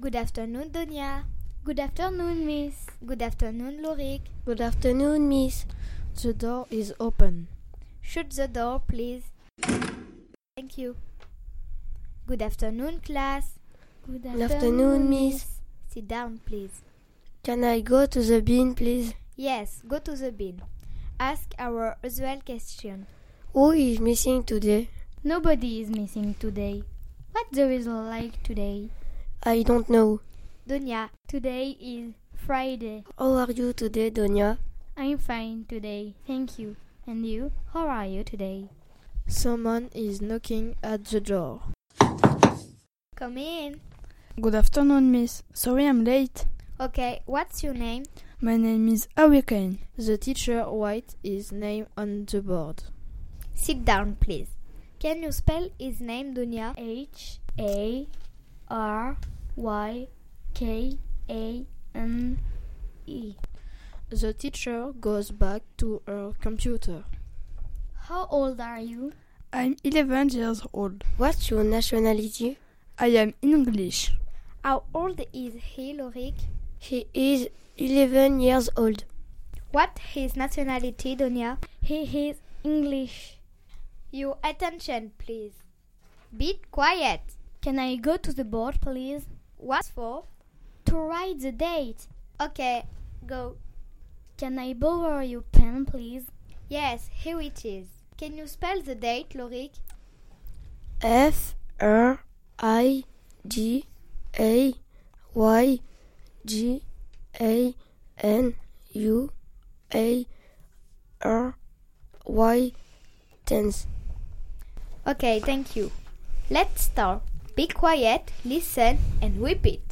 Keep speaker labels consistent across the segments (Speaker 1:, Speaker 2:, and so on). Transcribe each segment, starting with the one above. Speaker 1: Good afternoon, Dunia.
Speaker 2: Good afternoon, miss.
Speaker 1: Good afternoon, Lorik.
Speaker 3: Good afternoon, miss.
Speaker 4: The door is open.
Speaker 1: Shut the door, please. Thank you. Good afternoon, class.
Speaker 3: Good afternoon, afternoon miss. miss.
Speaker 1: Sit down, please.
Speaker 3: Can I go to the bin, please?
Speaker 1: Yes, go to the bin. Ask our usual question.
Speaker 3: Who is missing today?
Speaker 2: Nobody is missing today. What's the result like today?
Speaker 3: I don't know.
Speaker 1: Donia,
Speaker 2: today is Friday.
Speaker 3: How are you today, Donia?
Speaker 2: I'm fine today, thank you. And you, how are you today?
Speaker 4: Someone is knocking at the door.
Speaker 1: Come in.
Speaker 5: Good afternoon, miss. Sorry I'm late.
Speaker 1: Okay, what's your name?
Speaker 5: My name is Hurricane.
Speaker 4: The teacher writes his name on the board.
Speaker 1: Sit down, please. Can you spell his name, Dunia?
Speaker 2: H A R Y K A N E.
Speaker 4: The teacher goes back to her computer.
Speaker 2: How old are you?
Speaker 5: I'm 11 years old.
Speaker 3: What's your nationality?
Speaker 5: I am English.
Speaker 1: How old is he, Lorik?
Speaker 3: He is 11 years old.
Speaker 1: What his nationality, Donia?
Speaker 2: He is English.
Speaker 1: Your attention, please. Be quiet.
Speaker 2: Can I go to the board, please?
Speaker 1: What for?
Speaker 2: To write the date.
Speaker 1: Okay, go.
Speaker 2: Can I borrow your pen, please?
Speaker 1: Yes, here it is. Can you spell the date, Lorik?
Speaker 3: F R I G A Y G A N U A R Y tense.
Speaker 1: Okay, thank you. Let's start. Be quiet, listen, and repeat.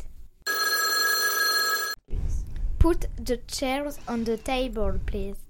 Speaker 1: Put the chairs on the table, please.